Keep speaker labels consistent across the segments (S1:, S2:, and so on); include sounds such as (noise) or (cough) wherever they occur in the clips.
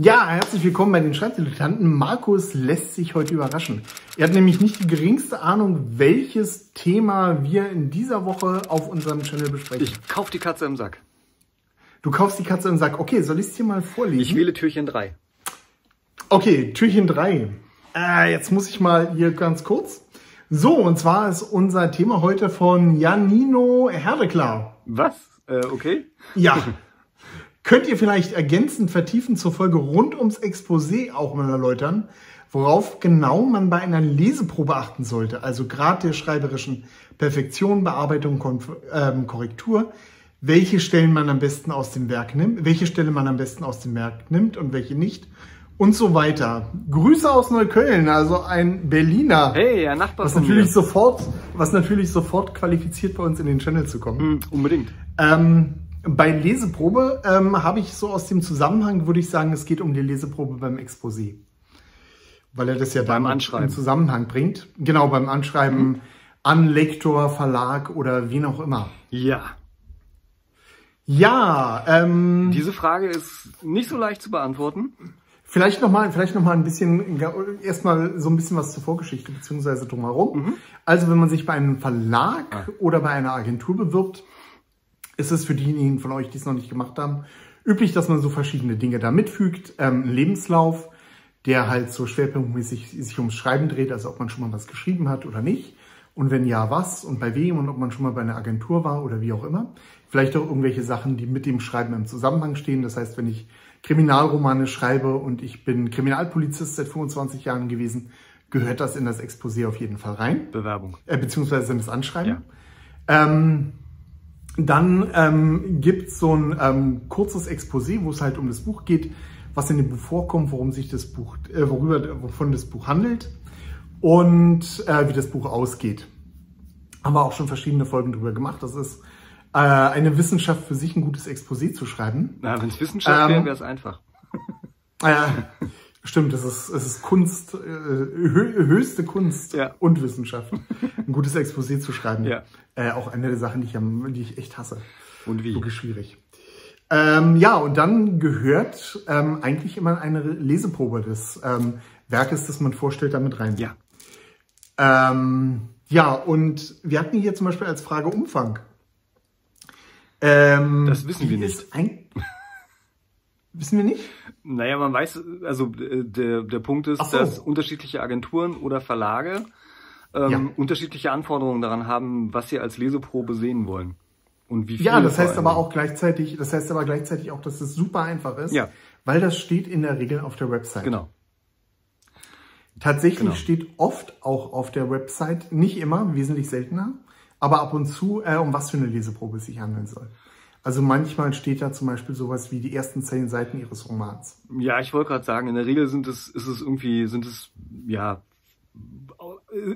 S1: Ja, herzlich willkommen bei den Schreibdilettanten. Markus lässt sich heute überraschen. Er hat nämlich nicht die geringste Ahnung, welches Thema wir in dieser Woche auf unserem Channel besprechen.
S2: Ich kauf die Katze im Sack.
S1: du kaufst die Katze im Sack. Okay, soll ich es dir mal vorlesen?
S2: Ich wähle Türchen 3.
S1: Okay, Türchen 3. Äh, jetzt muss ich mal hier ganz kurz. So, und zwar ist unser Thema heute von Janino Herdeklar.
S2: Was? Äh, okay.
S1: Ja. Könnt ihr vielleicht ergänzend vertiefend zur Folge rund ums Exposé auch mal erläutern, worauf genau man bei einer Leseprobe achten sollte, also Grad der schreiberischen Perfektion, Bearbeitung, Konf ähm, Korrektur, welche Stellen man am besten aus dem Werk nimmt, welche Stelle man am besten aus dem Werk nimmt und welche nicht und so weiter. Grüße aus Neukölln, also ein Berliner,
S2: Hey, ja, Nachbar
S1: was
S2: von
S1: natürlich
S2: mir.
S1: sofort, was natürlich sofort qualifiziert bei uns in den Channel zu kommen.
S2: Hm, Unbedingt.
S1: Ähm, bei Leseprobe ähm, habe ich so aus dem Zusammenhang, würde ich sagen, es geht um die Leseprobe beim Exposé. Weil er das ja beim
S2: Anschreiben.
S1: in Zusammenhang bringt. Genau, beim Anschreiben an Lektor, Verlag oder wen auch immer.
S2: Ja.
S1: Ja, ähm,
S2: Diese Frage ist nicht so leicht zu beantworten.
S1: vielleicht nochmal vielleicht noch mal ein bisschen, erstmal so ein bisschen was zur Vorgeschichte beziehungsweise drumherum. Also wenn man sich bei einem Verlag oder bei einer Agentur bewirbt, ist es für diejenigen von euch, die es noch nicht gemacht haben, üblich, dass man so verschiedene Dinge da mitfügt. Ähm, einen Lebenslauf, der halt so schwerpunktmäßig sich ums Schreiben dreht, also ob man schon mal was geschrieben hat oder nicht. Und wenn ja, was und bei wem und ob man schon mal bei einer Agentur war oder wie auch immer. Vielleicht auch irgendwelche Sachen, die mit dem Schreiben im Zusammenhang stehen. Das heißt, wenn ich Kriminalromane schreibe und ich bin Kriminalpolizist seit 25 Jahren gewesen, gehört das in das Exposé auf jeden Fall rein,
S2: Bewerbung.
S1: äh, beziehungsweise in das Anschreiben.
S2: Ja.
S1: Ähm, dann ähm, gibt's so ein ähm, kurzes Exposé, wo es halt um das Buch geht, was in dem Buch vorkommt, worum sich das Buch, äh, worüber, wovon das Buch handelt und äh, wie das Buch ausgeht. Haben wir auch schon verschiedene Folgen drüber gemacht. Das ist äh, eine Wissenschaft für sich, ein gutes Exposé zu schreiben.
S2: Na, wenn es Wissenschaft
S1: Ähm.
S2: wäre, wäre es einfach.
S1: Äh, stimmt, es ist, es ist Kunst, äh, hö höchste Kunst
S2: Ja.
S1: und Wissenschaft, ein gutes Exposé zu schreiben.
S2: Ja.
S1: Äh, auch eine der Sachen, die ich, am, die ich echt hasse.
S2: Und wie?
S1: Wirklich schwierig. Ähm, ja, und dann gehört ähm, eigentlich immer eine Re- Leseprobe des ähm, Werkes, das man vorstellt, damit rein.
S2: Ja.
S1: Ähm, ja, und wir hatten hier zum Beispiel als Frage Umfang. Ähm,
S2: Das wissen wir
S1: die
S2: nicht.
S1: ist
S2: (laughs)
S1: ein- wissen wir nicht?
S2: Naja, man weiß, also äh, der, der Punkt ist,
S1: Ach so.
S2: dass unterschiedliche Agenturen oder Verlage ähm,
S1: Ja.
S2: unterschiedliche Anforderungen daran haben, was sie als Leseprobe sehen wollen. Und wie viel
S1: Ja, das
S2: vor
S1: heißt
S2: allem.
S1: aber auch gleichzeitig, das heißt aber gleichzeitig auch, dass es super einfach ist,
S2: Ja.
S1: weil das steht in der Regel auf der Website.
S2: Genau.
S1: Tatsächlich
S2: Genau.
S1: steht oft auch auf der Website, nicht immer, wesentlich seltener, aber ab und zu, äh, um was für eine Leseprobe es sich handeln soll. Also manchmal steht da zum Beispiel sowas wie die ersten zehn Seiten ihres Romans.
S2: Ja, ich wollte gerade sagen, in der Regel sind es, ist es irgendwie, sind es, ja,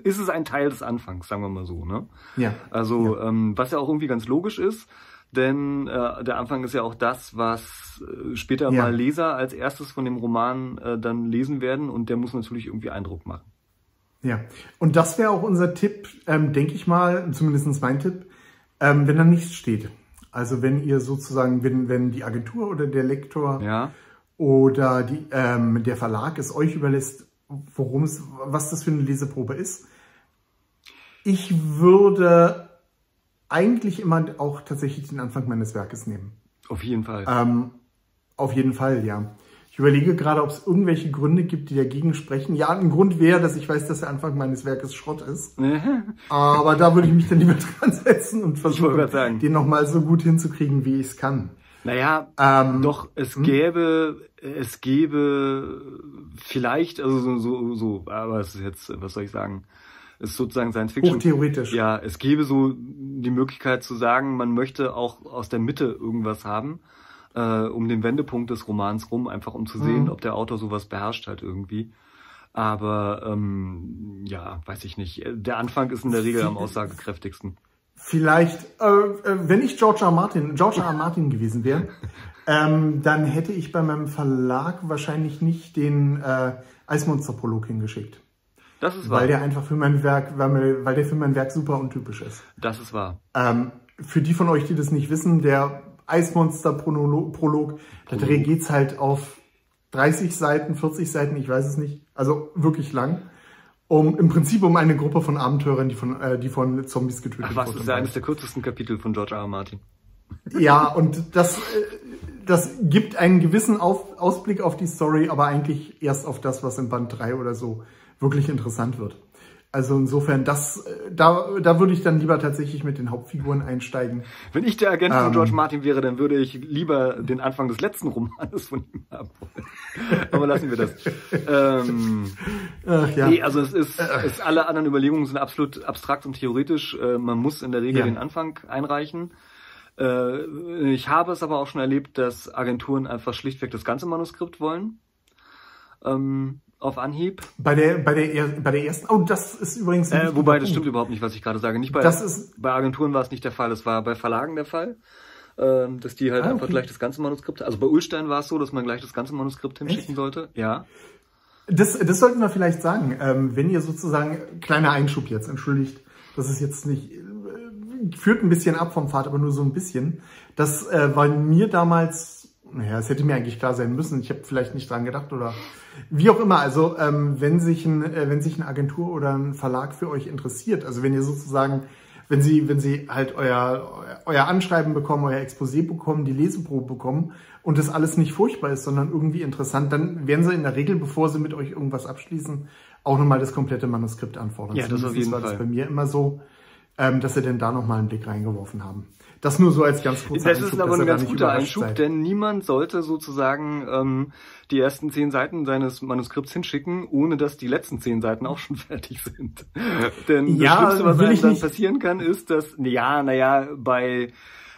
S2: ist es ein Teil des Anfangs, sagen wir mal so, ne?
S1: Ja.
S2: Also, Ähm, was ja auch irgendwie ganz logisch ist, denn äh, der Anfang ist ja auch das, was äh, später
S1: Ja.
S2: mal Leser als erstes von dem Roman äh, dann lesen werden und der muss natürlich irgendwie Eindruck machen.
S1: Ja. Und das wäre auch unser Tipp, ähm, denke ich mal, zumindestens mein Tipp, ähm, wenn da nichts steht. Also wenn ihr sozusagen, wenn, wenn die Agentur oder der Lektor
S2: Ja,
S1: oder die, ähm, der Verlag es euch überlässt, worum es, was das für eine Leseprobe ist. Ich würde eigentlich immer auch tatsächlich den Anfang meines Werkes nehmen.
S2: auf jeden Fall.
S1: Ähm, auf jeden Fall, ja. Ich überlege gerade, ob es irgendwelche Gründe gibt, die dagegen sprechen. Ja, ein Grund wäre, dass ich weiß, dass der Anfang meines Werkes Schrott ist.
S2: Äh,
S1: Aber da würde ich mich dann lieber (laughs) dran setzen und versuchen,
S2: grad sagen.
S1: den nochmal so gut hinzukriegen, wie ich es kann.
S2: naja,
S1: Ähm,
S2: Doch, es gäbe, es gäbe vielleicht, also so, so, so, aber es ist jetzt, äh, was soll ich sagen, es ist sozusagen Science Fiction.
S1: Hochtheoretisch.
S2: Ja, es gäbe so die Möglichkeit zu sagen, man möchte auch aus der Mitte irgendwas haben, äh, um den Wendepunkt des Romans rum, einfach um zu
S1: Mhm.
S2: sehen, ob der Autor sowas beherrscht hat irgendwie. Aber ähm, ja, weiß ich nicht. Äh, Der Anfang ist in der Regel am aussagekräftigsten.
S1: Vielleicht, äh, äh, wenn ich George R. R. Martin, George R. R. Martin gewesen
S2: (laughs)
S1: wäre, ähm, dann hätte ich bei meinem Verlag wahrscheinlich nicht den äh, Eismonster-Prolog hingeschickt.
S2: Das ist
S1: Weil
S2: wahr.
S1: der einfach für mein Werk, weil, mir, weil der für mein Werk super untypisch ist.
S2: Das ist wahr.
S1: Ähm, für die von euch, die das nicht wissen, der Eismonster-Prolog, Prolog, da
S2: Prolog.
S1: geht's halt auf 30 Seiten, 40 Seiten, ich weiß es nicht, also wirklich lang, um im Prinzip um eine Gruppe von Abenteurern, die von, äh, die von Zombies getötet
S2: Ach,
S1: wurden.
S2: was ist ja eines der kürzesten Kapitel von George R. R. Martin.
S1: Ja, und das, äh, das gibt einen gewissen auf, Ausblick auf die Story, aber eigentlich erst auf das, was in Band 3 oder so wirklich interessant wird. Also insofern, das, äh, da, da würde ich dann lieber tatsächlich mit den Hauptfiguren einsteigen.
S2: Wenn ich der Agent von
S1: Ähm.
S2: George Martin wäre, dann würde ich lieber den Anfang des letzten Romanes von ihm haben wollen. Aber lassen wir das. ähm,
S1: Ach ja. Äh.
S2: Nee, also es ist, es, alle anderen Überlegungen sind absolut abstrakt und theoretisch. Äh, man muss in der Regel
S1: Ja.
S2: den Anfang einreichen. Äh, ich habe es aber auch schon erlebt, dass Agenturen einfach schlichtweg das ganze Manuskript wollen. Ähm, auf Anhieb.
S1: Bei der, bei der, er- bei der ersten, oh, das ist übrigens ein
S2: Äh,
S1: wichtiger
S2: wobei, das
S1: Punkt.
S2: stimmt überhaupt nicht, was ich gerade sage. Nicht bei,
S1: Das ist-
S2: bei Agenturen war es nicht der Fall, das war bei Verlagen der Fall. Ähm, dass die halt
S1: Ah,
S2: einfach
S1: okay.
S2: gleich das ganze Manuskript, also bei Ulstein war es so, dass man gleich das ganze Manuskript hinschicken sollte. Ja.
S1: Das, das sollten wir vielleicht sagen. Ähm, wenn ihr sozusagen, kleiner Einschub jetzt, entschuldigt, das ist jetzt nicht, äh, führt ein bisschen ab vom Pfad, aber nur so ein bisschen. Das äh, war mir damals, naja, es hätte mir eigentlich klar sein müssen, ich habe vielleicht nicht dran gedacht oder wie auch immer. Also ähm, wenn, sich ein, äh, wenn sich eine Agentur oder ein Verlag für euch interessiert, also wenn ihr sozusagen, wenn sie, wenn sie halt euer, euer Anschreiben bekommen, euer Exposé bekommen, die Leseprobe bekommen und das alles nicht furchtbar ist, sondern irgendwie interessant, dann werden sie in der Regel, bevor sie mit euch irgendwas abschließen, auch nochmal das komplette Manuskript anfordern.
S2: Ja, das auf
S1: Zumindest
S2: jeden
S1: war das
S2: Fall.
S1: bei mir immer so, ähm, dass sie denn da nochmal einen Blick reingeworfen haben. Das nur so als ganz kurzer
S2: Das
S1: Einschub,
S2: ist aber
S1: dass
S2: ein
S1: ihr da
S2: ganz
S1: nicht
S2: guter
S1: überrascht
S2: Einschub,
S1: seid.
S2: denn niemand sollte sozusagen ähm, die ersten zehn Seiten seines Manuskripts hinschicken, ohne dass die letzten zehn Seiten auch schon (laughs) fertig sind. denn
S1: Ja,
S2: das Schlimmste, was
S1: will
S2: einem
S1: ich
S2: dann
S1: nicht-
S2: passieren kann, ist, dass, na ja, naja, bei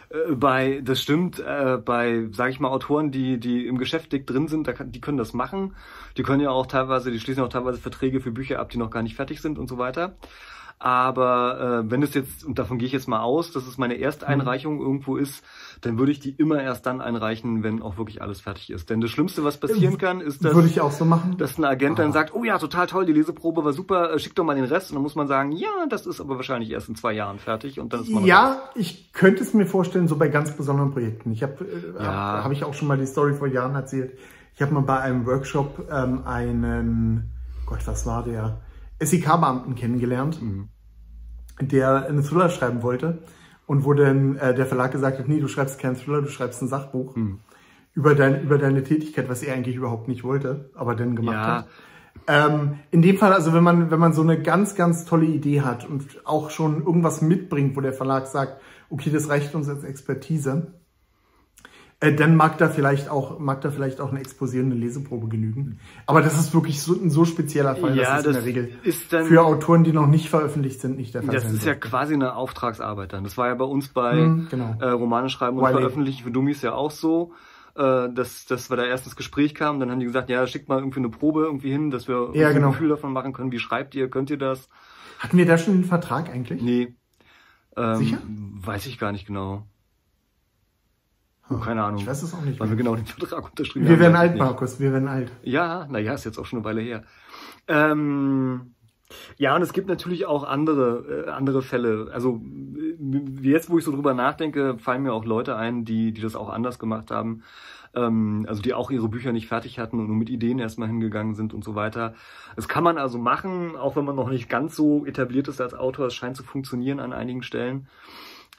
S2: äh, bei, das stimmt, äh, bei, sage ich mal, Autoren, die, die im Geschäft dick drin sind, da kann, die können das machen. Die können ja auch teilweise, die schließen auch teilweise Verträge für Bücher ab, die noch gar nicht fertig sind und so weiter. Aber äh, wenn es jetzt, und davon gehe ich jetzt mal aus, dass es meine
S1: Mhm.
S2: Ersteinreichung irgendwo ist, dann würde ich die immer erst dann einreichen, wenn auch wirklich alles fertig ist. Denn das Schlimmste, was passieren kann, ist, dass,
S1: Würde ich Ah. auch so machen.
S2: dass ein Agent dann sagt, oh ja, total toll, die Leseprobe war super, äh, schick doch mal den Rest. Und dann muss man sagen, ja, das ist aber wahrscheinlich erst in zwei Jahren fertig. Und dann ist man raus.
S1: Ja, ich könnte es mir vorstellen, so bei ganz besonderen Projekten. Ich habe, äh,
S2: Ja.
S1: hab, hab ich auch schon mal die Story vor Jahren erzählt. Ich habe mal bei einem Workshop ähm, einen, Gott, was war der? SEK-Beamten kennengelernt,
S2: Mhm.
S1: der einen Thriller schreiben wollte und wo dann äh, der Verlag gesagt hat, nee, du schreibst keinen Thriller, du schreibst ein Sachbuch
S2: Mhm.
S1: über, dein, über deine Tätigkeit, was er eigentlich überhaupt nicht wollte, aber dann gemacht
S2: Ja.
S1: hat. Ähm, in dem Fall, also wenn man, wenn man so eine ganz, ganz tolle Idee hat und auch schon irgendwas mitbringt, wo der Verlag sagt, okay, das reicht uns als Expertise, äh, dann mag da vielleicht auch, mag da vielleicht auch eine Exposé und eine Leseprobe genügen. Aber das ist wirklich so, ein so spezieller Fall,
S2: Ja,
S1: dass
S2: das
S1: in der Regel
S2: ist dann-
S1: für Autoren, die noch nicht veröffentlicht sind, nicht der Fall
S2: Das
S1: sein
S2: ist ja
S1: wird.
S2: quasi eine Auftragsarbeit dann. Das war ja bei uns bei
S1: Hm, genau.
S2: äh, Romane schreiben und
S1: Wiley.
S2: veröffentlichen für Dummies ja auch so, äh, dass, dass wir da erst ins Gespräch kamen, dann haben die gesagt, ja, schickt mal irgendwie eine Probe irgendwie hin, dass wir irgendwie
S1: genau.
S2: ein Gefühl davon machen können, wie schreibt ihr, könnt ihr das?
S1: Hatten wir da schon einen Vertrag eigentlich?
S2: Nee. Ähm,
S1: Sicher?
S2: Weiß ich gar nicht genau. Oh, keine Ahnung.
S1: Ich weiß es auch nicht.
S2: Wann wir genau den Vertrag unterschrieben
S1: Wir werden
S2: weiß ich
S1: alt,
S2: nicht.
S1: Markus, wir werden alt.
S2: Ja, naja, ist jetzt auch schon eine Weile her. Ähm, ja, und es gibt natürlich auch andere, äh, andere Fälle. Also äh, jetzt, wo ich so drüber nachdenke, fallen mir auch Leute ein, die, die das auch anders gemacht haben. Ähm, also die auch ihre Bücher nicht fertig hatten und nur mit Ideen erstmal hingegangen sind und so weiter. Das kann man also machen, auch wenn man noch nicht ganz so etabliert ist als Autor. Es scheint zu funktionieren an einigen Stellen.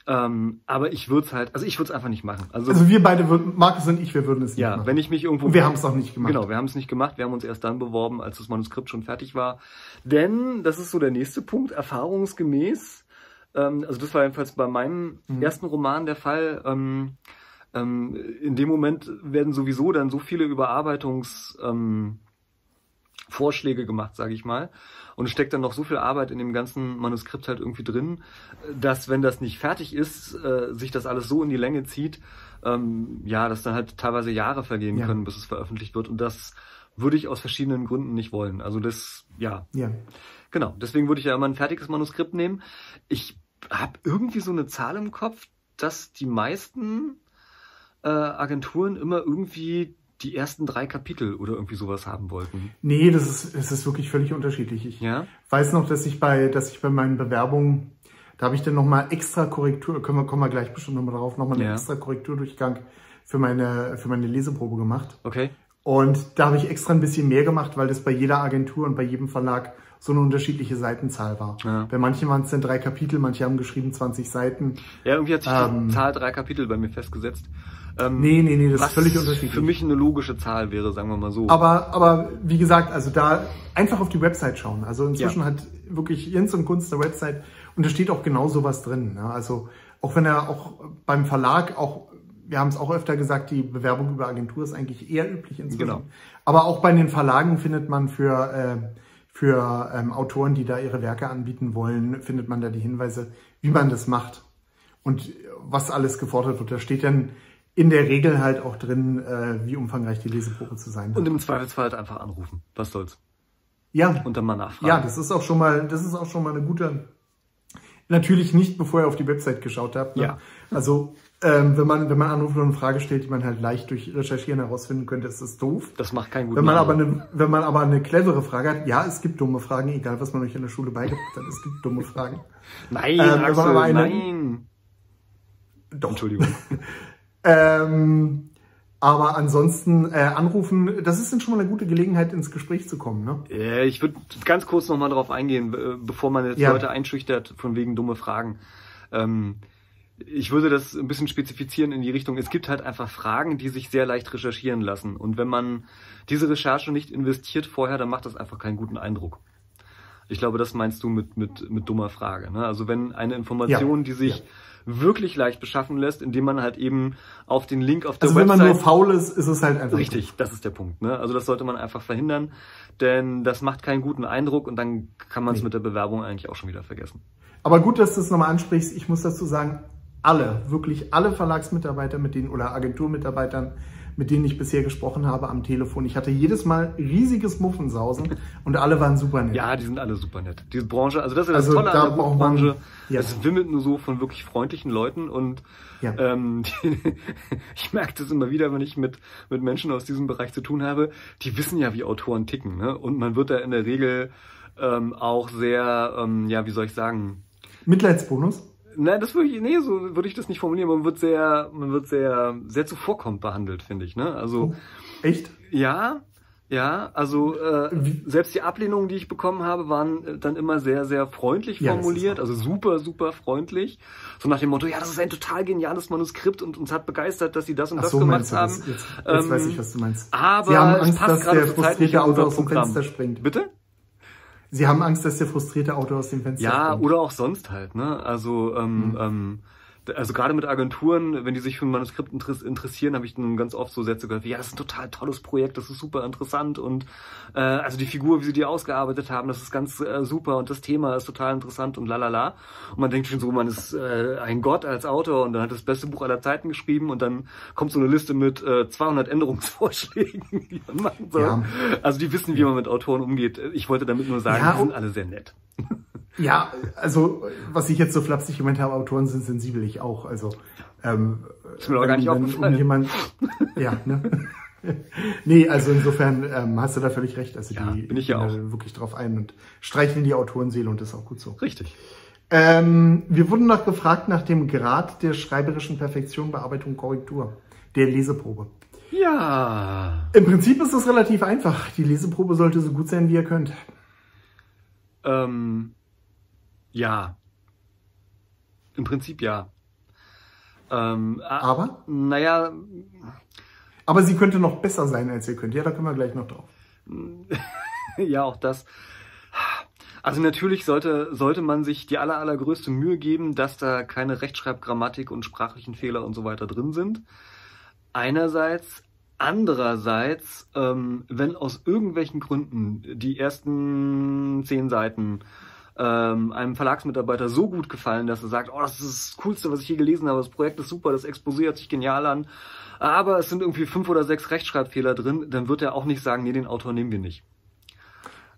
S2: Ähm, aber ich würde es halt, also ich würde es einfach nicht machen. Also,
S1: Also wir beide würden, Markus und ich, wir würden es nicht
S2: ja,
S1: machen.
S2: wenn ich mich irgendwo.
S1: Und wir haben es noch nicht gemacht.
S2: Genau, wir haben es nicht gemacht. Wir haben uns erst dann beworben, als das Manuskript schon fertig war. Denn, das ist so der nächste Punkt, erfahrungsgemäß, ähm, also das war jedenfalls bei meinem
S1: Mhm.
S2: ersten Roman der Fall, ähm, ähm, in dem Moment werden sowieso dann so viele Überarbeitungs... Ähm, Vorschläge gemacht, sage ich mal. Und es steckt dann noch so viel Arbeit in dem ganzen Manuskript halt irgendwie drin, dass wenn das nicht fertig ist, äh, sich das alles so in die Länge zieht, ähm, ja, dass dann halt teilweise Jahre vergehen
S1: Ja.
S2: können, bis es veröffentlicht wird. Und das würde ich aus verschiedenen Gründen nicht wollen. Also das, ja,
S1: Ja.
S2: genau. Deswegen würde ich ja immer ein fertiges Manuskript nehmen. Ich habe irgendwie so eine Zahl im Kopf, dass die meisten äh, Agenturen immer irgendwie die ersten drei Kapitel oder irgendwie sowas haben wollten.
S1: Nee, das ist, das ist wirklich völlig unterschiedlich. Ich
S2: Ja.
S1: weiß noch, dass ich bei, dass ich bei meinen Bewerbungen, da habe ich dann nochmal extra Korrektur, können wir, kommen wir gleich bestimmt nochmal drauf, nochmal einen
S2: Ja.
S1: extra Korrekturdurchgang für meine, für meine Leseprobe gemacht.
S2: Okay.
S1: Und da habe ich extra ein bisschen mehr gemacht, weil das bei jeder Agentur und bei jedem Verlag so eine unterschiedliche Seitenzahl war.
S2: Ja.
S1: Bei manchen waren es dann drei Kapitel, manche haben geschrieben 20 Seiten.
S2: Ja, irgendwie hat sich
S1: Ähm.
S2: die Zahl drei Kapitel bei mir festgesetzt. Ähm,
S1: Nee, nee, nee, das
S2: was
S1: ist völlig unterschiedlich.
S2: für mich eine logische Zahl wäre, sagen wir mal so.
S1: Aber, aber wie gesagt, also da einfach auf die Website schauen. Also inzwischen
S2: Ja.
S1: hat wirklich Jens und Kunst eine Website und da steht auch genau sowas drin. Ne? Also auch wenn er auch beim Verlag auch, wir haben es auch öfter gesagt, die Bewerbung über Agentur ist eigentlich eher üblich inzwischen.
S2: Genau.
S1: Aber auch bei den Verlagen findet man für, äh, für ähm, Autoren, die da ihre Werke anbieten wollen, findet man da die Hinweise, wie man das macht und was alles gefordert wird. Da steht dann in der Regel halt auch drin, äh, wie umfangreich die Leseprobe zu sein hat.
S2: und im Zweifelsfall halt einfach anrufen. Was soll's?
S1: Ja,
S2: Und dann mal nachfragen.
S1: ja, das ist auch schon mal, das ist auch schon mal eine gute. Natürlich nicht, bevor ihr auf die Website geschaut habt. Ne?
S2: Ja.
S1: Also ähm, wenn man wenn man anruft und eine Frage stellt, die man halt leicht durch Recherchieren herausfinden könnte, ist das doof.
S2: das macht keinen guten
S1: Wenn man aber
S2: Eindruck.
S1: eine, wenn man aber eine clevere Frage hat, ja, es gibt dumme Fragen, egal was man euch in der Schule beigebracht hat, es gibt dumme
S2: (laughs)
S1: Fragen.
S2: Nein,
S1: Ähm, wenn man
S2: Axel,
S1: aber eine-
S2: nein.
S1: Doch.
S2: Entschuldigung.
S1: Ähm, aber ansonsten äh, anrufen, das ist dann schon mal eine gute Gelegenheit, ins Gespräch zu kommen, ne?
S2: Äh, Ich würde ganz kurz nochmal drauf eingehen, be- bevor man jetzt
S1: Ja.
S2: Leute einschüchtert von wegen dumme Fragen. Ähm, ich würde das ein bisschen spezifizieren in die Richtung, es gibt halt einfach Fragen, die sich sehr leicht recherchieren lassen. Und wenn man diese Recherche nicht investiert vorher, dann macht das einfach keinen guten Eindruck. Ich glaube, das meinst du mit, mit, mit dummer Frage. Ne? Also wenn eine Information, die sich
S1: Ja.
S2: wirklich leicht beschaffen lässt, indem man halt eben auf den Link auf der
S1: Also wenn
S2: Website...
S1: man nur faul ist, ist es halt einfach
S2: Richtig, das ist der Punkt. Ne? Also das sollte man einfach verhindern, denn das macht keinen guten Eindruck und dann kann man es mit der Bewerbung eigentlich auch schon wieder vergessen.
S1: Aber gut, dass du es nochmal ansprichst. Ich muss dazu sagen, alle, wirklich alle Verlagsmitarbeiter mit denen oder Agenturmitarbeitern, mit denen ich bisher gesprochen habe am Telefon. Ich hatte jedes Mal riesiges Muffensausen und alle waren super nett.
S2: Ja, die sind alle super nett. Diese Branche, also das ist
S1: Also
S2: das Tolle
S1: da
S2: an der
S1: braucht man-
S2: Buchbranche.
S1: ja.
S2: Es wimmelt nur so von wirklich freundlichen Leuten und
S1: Ja.
S2: ähm, (laughs) die, ich merke das immer wieder, wenn ich mit, mit Menschen aus diesem Bereich zu tun habe. Die wissen ja, wie Autoren ticken. Ne? Und man wird da in der Regel ähm, auch sehr, ähm, ja, wie soll ich sagen,
S1: Mitleidsbonus?
S2: Nein, das würde ich, nee, so würde ich das nicht formulieren. Man wird sehr, man wird sehr, sehr zuvorkommend behandelt, finde ich. Ne? Also
S1: Echt?
S2: ja, ja, also äh,
S1: Wie-
S2: selbst die Ablehnungen, die ich bekommen habe, waren äh, dann immer sehr, sehr freundlich
S1: Ja, das ist
S2: formuliert,
S1: wahr.
S2: also super, super freundlich. So nach dem Motto, ja, das ist ein total geniales Manuskript und uns hat begeistert, dass sie das und
S1: Ach
S2: das
S1: so, meinst
S2: gemacht
S1: du
S2: haben.
S1: das? Jetzt, jetzt
S2: Ähm,
S1: weiß ich, was du meinst.
S2: aber
S1: Sie haben
S2: es
S1: Angst,
S2: passt
S1: dass
S2: gerade
S1: der
S2: zur Zeit nicht
S1: frustrierte
S2: in unser
S1: Auto aus dem
S2: Programm.
S1: Fenster springt.
S2: Bitte?
S1: Sie haben Angst, dass der frustrierte Auto aus dem Fenster
S2: Ja,
S1: springt.
S2: oder auch sonst halt, ne? Also, ähm,
S1: Mhm.
S2: ähm, d- also gerade mit Agenturen, wenn die sich für ein Manuskript interess interessieren, habe ich dann ganz oft so Sätze gehört wie, ja, das ist ein total tolles Projekt, das ist super interessant und äh, also die Figur, wie sie die ausgearbeitet haben, das ist ganz äh, super und das Thema ist total interessant und lalala. Und man denkt schon so, man ist äh, ein Gott als Autor und dann hat das beste Buch aller Zeiten geschrieben und dann kommt so eine Liste mit äh, 200 Änderungsvorschlägen, (laughs) die man machen soll.
S1: Ja.
S2: Also die wissen, wie man mit Autoren umgeht. Ich wollte damit nur sagen,
S1: Ja,
S2: die sind
S1: und-
S2: alle sehr nett.
S1: Ja, also was ich jetzt so flapsig gemeint habe, Autoren sind sensibel, ich auch. Also ähm,
S2: Ist mir doch gar nicht
S1: wenn, wenn
S2: aufgefallen.
S1: jemand, ja, ne? (laughs) nee, also insofern ähm, hast du da völlig recht. Also
S2: Ja,
S1: die
S2: bin ich ja
S1: gehen da wirklich drauf ein und streicheln die Autorenseele und das ist auch gut so.
S2: Richtig.
S1: Ähm, wir wurden noch gefragt nach dem Grad der schreiberischen Perfektion, Bearbeitung, Korrektur, der Leseprobe.
S2: Ja.
S1: Im Prinzip ist es relativ einfach. Die Leseprobe sollte so gut sein, wie ihr könnt.
S2: Ähm, ja. Im Prinzip ja. Ähm, a-
S1: Aber,
S2: Naja,
S1: aber sie könnte noch besser sein, als ihr könnt. Ja, da kommen wir gleich noch drauf.
S2: (laughs) ja, auch das. Also natürlich sollte, sollte man sich die aller, allergrößte Mühe geben, dass da keine Rechtschreibgrammatik und sprachlichen Fehler und so weiter drin sind. Einerseits. Andererseits, ähm, wenn aus irgendwelchen Gründen die ersten zehn Seiten ähm, einem Verlagsmitarbeiter so gut gefallen, dass er sagt, oh, das ist das Coolste, was ich je gelesen habe, das Projekt ist super, das Exposé hört sich genial an, aber es sind irgendwie fünf oder sechs Rechtschreibfehler drin, dann wird er auch nicht sagen, nee, den Autor nehmen wir nicht.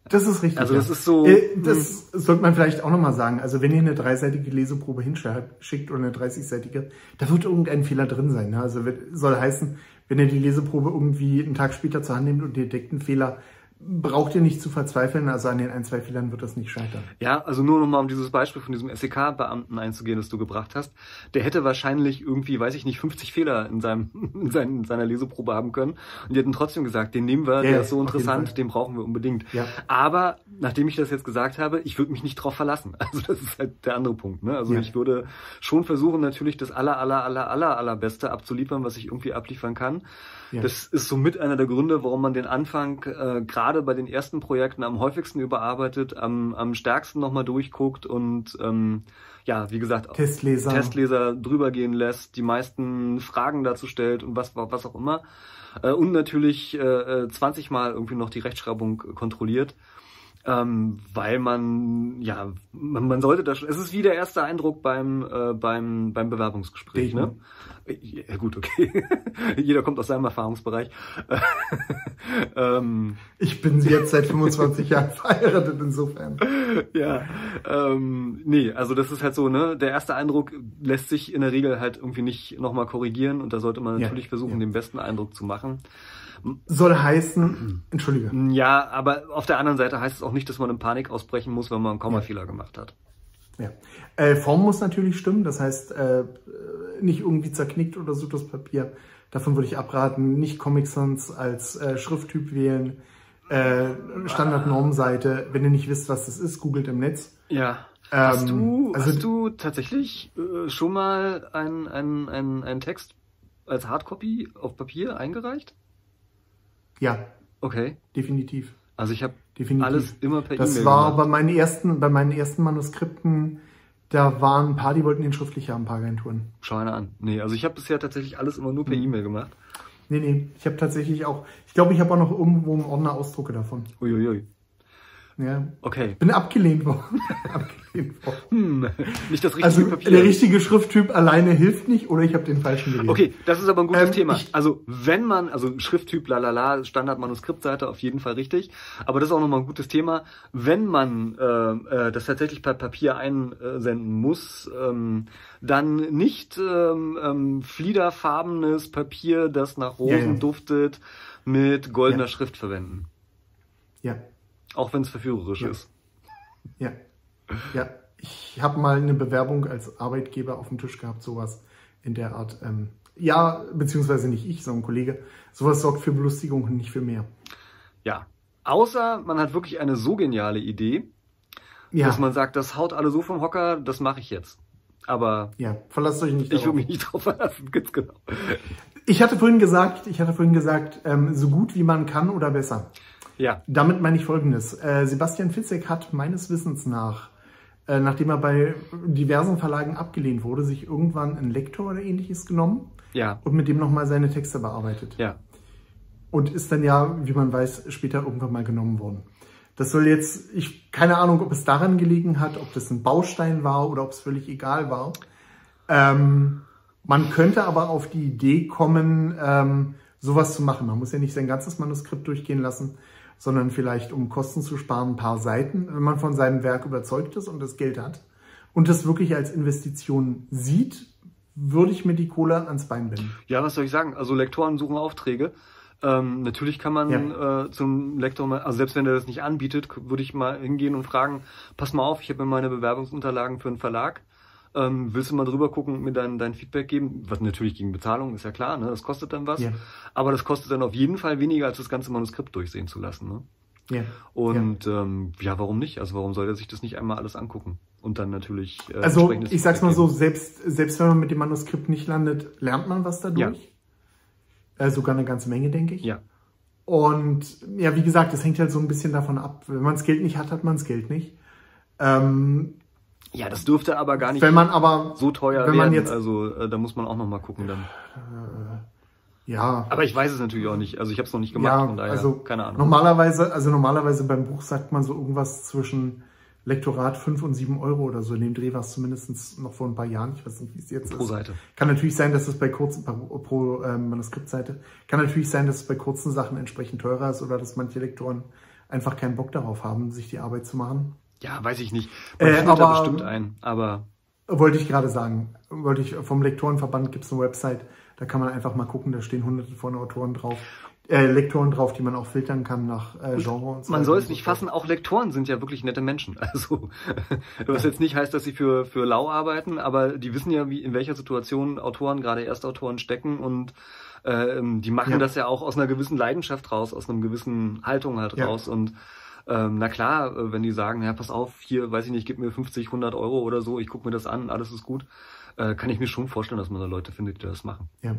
S1: Das ist richtig.
S2: Also das ist so- hm.
S1: Äh, Das sollte man vielleicht auch nochmal sagen. Also wenn ihr eine dreiseitige Leseprobe hinschickt oder eine 30-seitige, da wird irgendein Fehler drin sein. Ne? Also wird- soll heißen, wenn ihr die Leseprobe irgendwie einen Tag später zur Hand nehmt und ihr deckt einen Fehler, braucht ihr nicht zu verzweifeln. Also an den ein, zwei Fehlern wird das nicht scheitern.
S2: Ja, also nur nochmal um dieses Beispiel von diesem SEK-Beamten einzugehen, das du gebracht hast. Der hätte wahrscheinlich irgendwie, weiß ich nicht, 50 Fehler in, seinem, (laughs) in, seinen, in seiner Leseprobe haben können. Und die hätten trotzdem gesagt, den nehmen wir, der
S1: ja,
S2: ist so
S1: auf jeden
S2: interessant,
S1: Fall.
S2: den brauchen wir unbedingt.
S1: Ja.
S2: Aber nachdem ich das jetzt gesagt habe, ich würde mich nicht drauf verlassen. (laughs) Also das ist halt der andere Punkt. Ne? Also
S1: Ja.
S2: ich würde schon versuchen, natürlich das aller, aller, aller, aller, allerbeste abzuliefern, was ich irgendwie abliefern kann.
S1: Ja.
S2: Das ist somit einer der Gründe, warum man den Anfang äh, gerade bei den ersten Projekten am häufigsten überarbeitet, am, am stärksten nochmal durchguckt und ähm, ja, wie gesagt,
S1: Testleser.
S2: Testleser drüber gehen lässt, die meisten Fragen dazu stellt und was, was auch immer. Äh, und natürlich äh, äh, 20 Mal irgendwie noch die Rechtschreibung kontrolliert. Ähm, weil man, ja, man, man sollte da schon. Es ist wie der erste Eindruck beim, äh, beim, beim Bewerbungsgespräch, ne?
S1: Dating.
S2: Ja, gut, okay. (laughs) Jeder kommt aus seinem Erfahrungsbereich. ähm,
S1: Ich bin jetzt seit 25 (laughs) Jahren verheiratet insofern.
S2: ja, ähm, nee, also das ist halt so, ne? Der erste Eindruck lässt sich in der Regel halt irgendwie nicht nochmal korrigieren und da sollte man
S1: Ja,
S2: natürlich versuchen,
S1: ja.
S2: den besten Eindruck zu machen.
S1: Soll
S2: (clears throat)
S1: heißen, entschuldige.
S2: Ja, aber auf der anderen Seite heißt es auch nicht, dass man in Panik ausbrechen muss, wenn man einen Kommafehler gemacht hat.
S1: Ja. Äh, Form muss natürlich stimmen, das heißt, äh, nicht irgendwie zerknickt oder so das Papier. Davon würde ich abraten. Nicht Comic Sans als äh, Schrifttyp wählen. Äh, Standardnormseite. Wenn ihr nicht wisst, was das ist, googelt im Netz.
S2: Ja.
S1: Ähm,
S2: hast du,
S1: also-
S2: hast du tatsächlich äh, schon mal einen, einen, einen, einen Text als Hardcopy auf Papier eingereicht?
S1: Ja,
S2: Okay.
S1: definitiv.
S2: Also ich habe
S1: Definitiv.
S2: alles immer per
S1: Das
S2: E-Mail
S1: war
S2: gemacht.
S1: bei meinen ersten, bei meinen ersten Manuskripten, da waren ein paar, die wollten den schriftlich haben, ein paar Agenturen.
S2: Schau einer an. Nee, also ich habe bisher tatsächlich alles immer nur per
S1: Hm.
S2: E-Mail gemacht.
S1: Nee, nee, ich habe tatsächlich auch, ich glaube, ich habe auch noch irgendwo im Ordner Ausdrucke davon.
S2: Uiuiui.
S1: Ja.
S2: Okay.
S1: Bin abgelehnt worden. (laughs) abgelehnt worden.
S2: Hm. (laughs) Nicht das richtige
S1: Also
S2: Papier.
S1: der richtige Schrifttyp alleine hilft nicht oder ich habe den falschen gewählt.
S2: Okay, das ist aber ein gutes
S1: Ähm,
S2: Thema.
S1: ich-
S2: Also wenn man, also Schrifttyp, lalala, Standardmanuskriptseite auf jeden Fall richtig, aber das ist auch nochmal ein gutes Thema. Wenn man äh, äh, das tatsächlich per Papier einsenden muss, ähm, dann nicht ähm, ähm, fliederfarbenes Papier, das nach
S1: Ja, ja.
S2: Rosen duftet, mit goldener
S1: Ja.
S2: Schrift verwenden.
S1: Ja,
S2: Auch wenn es verführerisch
S1: Ja.
S2: ist.
S1: ja, ja. Ich habe mal eine Bewerbung als Arbeitgeber auf dem Tisch gehabt, sowas in der Art. Ähm, ja, beziehungsweise nicht ich, sondern ein Kollege. Sowas sorgt für Belustigung und nicht für mehr.
S2: Ja. Außer man hat wirklich eine so geniale Idee,
S1: Ja,
S2: dass man sagt, das haut alle so vom Hocker, das mache ich jetzt. Aber
S1: ja. Verlasst euch nicht
S2: ich will
S1: darauf.
S2: mich nicht drauf verlassen, (laughs) ganz genau.
S1: Ich hatte vorhin gesagt, ich hatte vorhin gesagt, ähm, so gut wie man kann oder besser.
S2: Ja,
S1: Damit meine ich Folgendes. Äh, Sebastian Fitzek hat meines Wissens nach, äh, nachdem er bei diversen Verlagen abgelehnt wurde, sich irgendwann einen Lektor oder ähnliches genommen
S2: ja,
S1: und mit dem nochmal seine Texte bearbeitet.
S2: ja.
S1: Und ist dann ja, wie man weiß, später irgendwann mal genommen worden. Das soll jetzt, ich keine Ahnung, ob es daran gelegen hat, ob das ein Baustein war oder ob es völlig egal war. Ähm, man könnte aber auf die Idee kommen, ähm, sowas zu machen. Man muss ja nicht sein ganzes Manuskript durchgehen lassen, sondern vielleicht, um Kosten zu sparen, ein paar Seiten, wenn man von seinem Werk überzeugt ist und das Geld hat und das wirklich als Investition sieht, würde ich mir die Kohle ans Bein binden.
S2: Ja, was soll ich sagen? Also Lektoren suchen Aufträge. Ähm, natürlich kann man äh, zum Lektor mal, also selbst wenn er das nicht anbietet, k- würde ich mal hingehen und fragen, pass mal auf, ich habe mir meine Bewerbungsunterlagen für einen Verlag. Ähm, willst du mal drüber gucken und mir dein, dein Feedback geben? Was natürlich gegen Bezahlung, ist ja klar, ne? Das kostet dann was.
S1: Ja.
S2: Aber das kostet dann auf jeden Fall weniger, als das ganze Manuskript durchsehen zu lassen. Ne?
S1: Ja.
S2: Und ja. Ähm, ja, warum nicht? Also warum soll er sich das nicht einmal alles angucken? Und dann natürlich. Äh,
S1: Also
S2: entsprechendes
S1: ich sag's
S2: Feedback
S1: mal so,
S2: geben.
S1: selbst, selbst wenn man mit dem Manuskript nicht landet, lernt man was dadurch. Äh, sogar eine ganze Menge, denke ich.
S2: Ja,
S1: Und ja, wie gesagt, es hängt halt so ein bisschen davon ab. Wenn man das Geld nicht hat, hat man das Geld nicht. Ähm,
S2: ja, das dürfte aber gar nicht
S1: wenn man aber
S2: so teuer
S1: wenn
S2: werden.
S1: man jetzt-
S2: also äh, da muss man auch noch mal gucken dann.
S1: ja,
S2: Aber ich weiß es natürlich auch nicht. Also ich habe es noch nicht gemacht, von daher
S1: also
S2: keine Ahnung.
S1: Normalerweise, also normalerweise beim Buch sagt man so irgendwas zwischen Lektorat 5 und 7 Euro oder so. In dem Dreh war es zumindest noch vor ein paar Jahren. Ich weiß nicht, wie es jetzt
S2: Pro
S1: ist.
S2: Seite.
S1: Kann natürlich sein, dass es bei kurzen, pro, pro ähm, Manuskriptseite, kann natürlich sein, dass es bei kurzen Sachen entsprechend teurer ist oder dass manche Lektoren einfach keinen Bock darauf haben, sich die Arbeit zu machen.
S2: Ja, weiß ich nicht. Man
S1: Äh,
S2: findet da
S1: aber-
S2: bestimmt ein. Aber
S1: Wollte ich gerade sagen. Wollte ich, vom Lektorenverband gibt es eine Website, da kann man einfach mal gucken, da stehen hunderte von Autoren drauf. äh, Lektoren drauf, die man auch filtern kann nach äh, Genre und so.
S2: Man
S1: weiter
S2: soll
S1: und
S2: es
S1: so
S2: nicht
S1: fort.
S2: fassen, auch Lektoren sind ja wirklich nette Menschen. (laughs) Also, was jetzt nicht heißt, dass sie für, für lau arbeiten, aber die wissen ja, wie, in welcher Situation Autoren, gerade Erstautoren, stecken und ähm, die machen
S1: Ja.
S2: das ja auch aus einer gewissen Leidenschaft raus, aus einer gewissen Haltung halt
S1: Ja.
S2: raus und ähm, na klar, äh, wenn die sagen, ja, pass auf, hier, weiß ich nicht, gib mir 50, 100 Euro oder so, ich gucke mir das an, alles ist gut, äh, kann ich mir schon vorstellen, dass man da Leute findet, die das machen.
S1: Ja.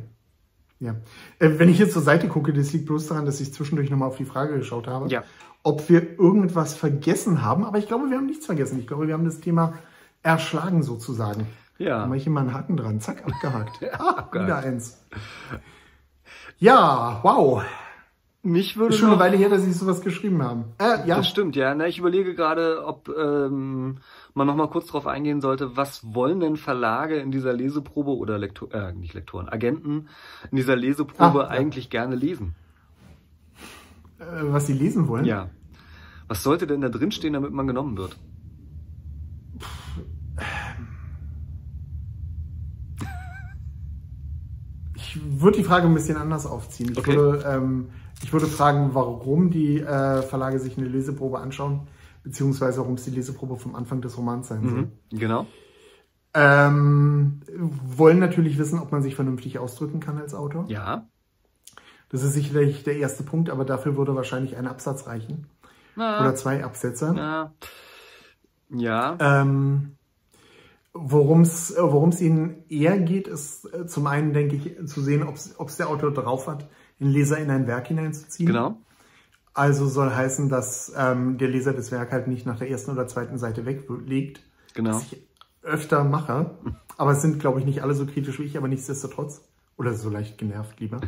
S1: Ja. Äh, wenn ich jetzt zur Seite gucke, das liegt bloß daran, dass ich zwischendurch nochmal auf die Frage geschaut habe,
S2: Ja.
S1: ob wir irgendwas vergessen haben. Aber ich glaube, wir haben nichts vergessen. Ich glaube, wir haben das Thema erschlagen sozusagen. Da
S2: Ja.
S1: mache ich immer einen Haken dran. Zack,
S2: (laughs)
S1: abgehakt. ah,
S2: abgehakt.
S1: wieder eins. Ja, wow.
S2: Mich würde
S1: Ist schon eine
S2: noch-
S1: Weile her, dass ich sowas geschrieben habe. Äh, ja,
S2: Das stimmt, ja. Na, ich überlege gerade, ob ähm, man noch mal kurz drauf eingehen sollte, was wollen denn Verlage in dieser Leseprobe oder Lektor, äh, nicht Lektoren, Agenten in dieser Leseprobe
S1: Ah, ja.
S2: eigentlich gerne lesen?
S1: äh, was Sie lesen wollen.
S2: Ja. Was sollte denn da drinstehen, damit man genommen wird?
S1: Ich würde die Frage ein bisschen anders aufziehen. Ich,
S2: Okay.
S1: würde, ähm, ich würde fragen, warum die äh, Verlage sich eine Leseprobe anschauen, beziehungsweise warum es die Leseprobe vom Anfang des Romans sein soll.
S2: Genau.
S1: Ähm, wollen natürlich wissen, ob man sich vernünftig ausdrücken kann als Autor.
S2: Ja.
S1: Das ist sicherlich der erste Punkt, aber dafür würde wahrscheinlich ein Absatz reichen.
S2: Na,
S1: Oder zwei Absätze.
S2: na. Ja.
S1: Ähm, Worum es ihnen eher geht, ist äh, zum einen, denke ich, zu sehen, ob es der Autor drauf hat, den Leser in ein Werk hineinzuziehen.
S2: Genau.
S1: Also soll heißen, dass ähm, der Leser das Werk halt nicht nach der ersten oder zweiten Seite weglegt,
S2: Genau.
S1: was ich öfter mache. Aber es sind, glaube ich, nicht alle so kritisch wie ich, aber nichtsdestotrotz. Oder so leicht genervt lieber.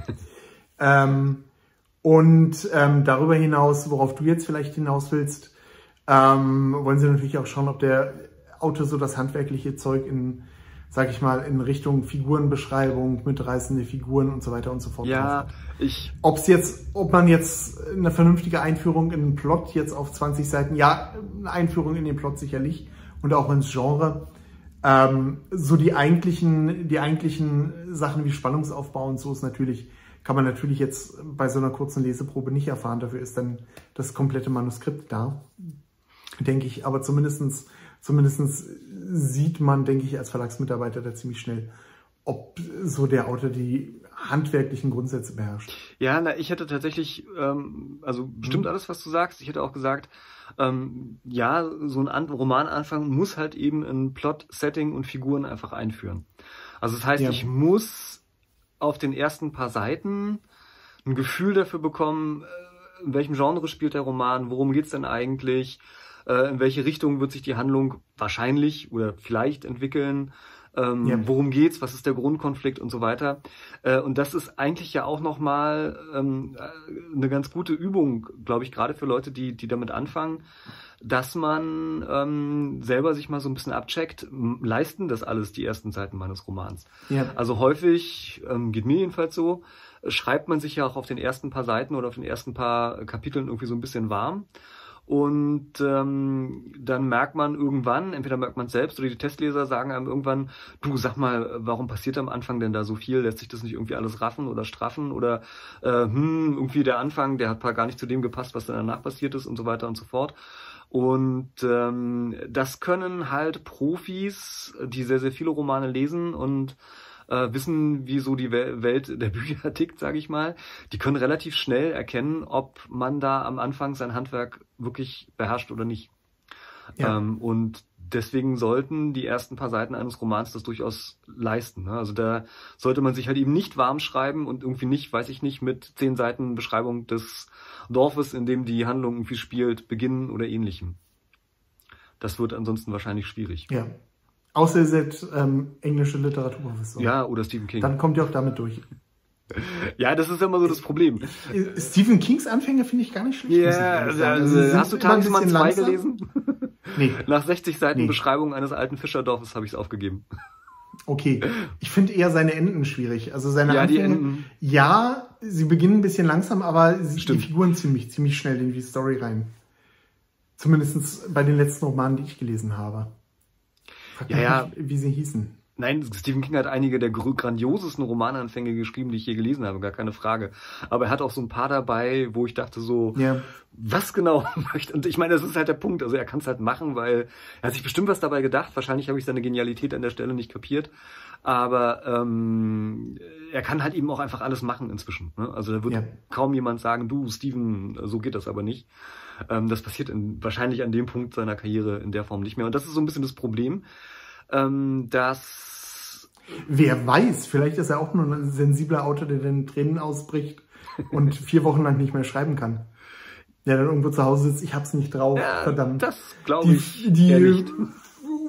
S1: ähm, und ähm, darüber hinaus, worauf du jetzt vielleicht hinaus willst, ähm, wollen sie natürlich auch schauen, ob der Autor so das handwerkliche Zeug in, sag ich mal, in Richtung Figurenbeschreibung, mitreißende Figuren und so weiter und so fort. drauf
S2: Ja, ich.
S1: Ob's jetzt, ob man jetzt eine vernünftige Einführung in den Plot jetzt auf 20 Seiten, ja, eine Einführung in den Plot sicherlich und auch ins Genre, ähm, so die eigentlichen, die eigentlichen Sachen wie Spannungsaufbau und so ist natürlich, kann man natürlich jetzt bei so einer kurzen Leseprobe nicht erfahren. Dafür ist dann das komplette Manuskript da, denke ich. Aber zumindestens, zumindestens sieht man, denke ich, als Verlagsmitarbeiter da ziemlich schnell, ob so der Autor die handwerklichen Grundsätze beherrscht.
S2: Ja, na, ich hätte tatsächlich, ähm, also bestimmt alles, was du sagst. Ich hätte auch gesagt, ähm, ja, so ein An Romananfang muss halt eben in Plot, Setting und Figuren einfach einführen. Also das heißt,
S1: Ja.
S2: ich muss auf den ersten paar Seiten ein Gefühl dafür bekommen, äh, in welchem Genre spielt der Roman, worum geht's denn eigentlich, äh, in welche Richtung wird sich die Handlung wahrscheinlich oder vielleicht entwickeln, ähm,
S1: Ja.
S2: worum geht's, was ist der Grundkonflikt und so weiter. Äh, und das ist eigentlich ja auch nochmal ähm, äh, eine ganz gute Übung, glaube ich, gerade für Leute, die, die damit anfangen, dass man ähm, selber sich mal so ein bisschen abcheckt, m- leisten das alles die ersten Seiten meines Romans.
S1: Ja.
S2: Also häufig, ähm, geht mir jedenfalls so, äh, schreibt man sich ja auch auf den ersten paar Seiten oder auf den ersten paar Kapiteln irgendwie so ein bisschen warm. Und ähm, dann merkt man irgendwann, entweder merkt man es selbst oder die Testleser sagen einem irgendwann, du sag mal, warum passiert am Anfang denn da so viel? Lässt sich das nicht irgendwie alles raffen oder straffen? Oder äh, hm, irgendwie der Anfang, der hat gar nicht zu dem gepasst, was dann danach passiert ist und so weiter und so fort. Und ähm, das können halt Profis, die sehr, sehr viele Romane lesen und äh, wissen, wie so die Wel Welt der Bücher (laughs) tickt, sage ich mal, die können relativ schnell erkennen, ob man da am Anfang sein Handwerk wirklich beherrscht oder nicht.
S1: Ja.
S2: Ähm, und deswegen sollten die ersten paar Seiten eines Romans das durchaus leisten. Ne? Also da sollte man sich halt eben nicht warm schreiben und irgendwie nicht, weiß ich nicht, mit zehn Seiten Beschreibung des Dorfes, in dem die Handlung irgendwie spielt, beginnen oder ähnlichem. Das wird ansonsten wahrscheinlich schwierig.
S1: Ja. Außer ihr seid ähm, englische Literaturprofessor.
S2: Ja, oder Stephen King.
S1: Dann kommt ihr auch damit durch.
S2: ja, das ist immer so das Problem.
S1: Äh, Stephen Kings Anfänge finde ich gar nicht schlecht. muss ich
S2: Ja,
S1: ehrlich sagen.
S2: also,
S1: Sie sind
S2: hast du
S1: immer ein
S2: Talisman 2
S1: bisschen langsam.
S2: gelesen?
S1: Nee,
S2: Nach 60 Seiten
S1: Nee.
S2: Beschreibung eines alten Fischerdorfes habe ich es aufgegeben.
S1: okay. Ich finde eher seine Enden schwierig. Also seine
S2: Ja, die
S1: Anfänge,
S2: Enden.
S1: ja, sie beginnen ein bisschen langsam, aber sie, die
S2: Stimmt.
S1: Figuren ziemlich, ziemlich schnell in die Story rein. Zumindest bei den letzten Romanen, die ich gelesen habe. Frag
S2: Ja,
S1: mich
S2: ja.
S1: nicht, Wie sie hießen.
S2: Nein, Stephen King hat einige der gr- grandiosesten Romananfänge geschrieben, die ich je gelesen habe, gar keine Frage. Aber er hat auch so ein paar dabei, wo ich dachte so,
S1: Ja.
S2: was genau (laughs) möchte. Und ich meine, das ist halt der Punkt. Also er kann es halt machen, weil er hat sich bestimmt was dabei gedacht. Wahrscheinlich habe ich seine Genialität an der Stelle nicht kapiert. Aber ähm, er kann halt eben auch einfach alles machen inzwischen. Ne? Also da wird
S1: Ja.
S2: kaum jemand sagen, du, Steven, so geht das aber nicht. Ähm, das passiert in, wahrscheinlich an dem Punkt seiner Karriere in der Form nicht mehr. Und das ist so ein bisschen das Problem, ähm, dass
S1: Wer weiß, vielleicht ist er auch nur ein sensibler Autor, der dann Tränen ausbricht
S2: (laughs)
S1: und vier Wochen lang nicht mehr schreiben kann. Der dann irgendwo zu Hause sitzt, ich hab's nicht drauf,
S2: Ja,
S1: verdammt.
S2: äh, das glaube ich
S1: die die
S2: eher nicht.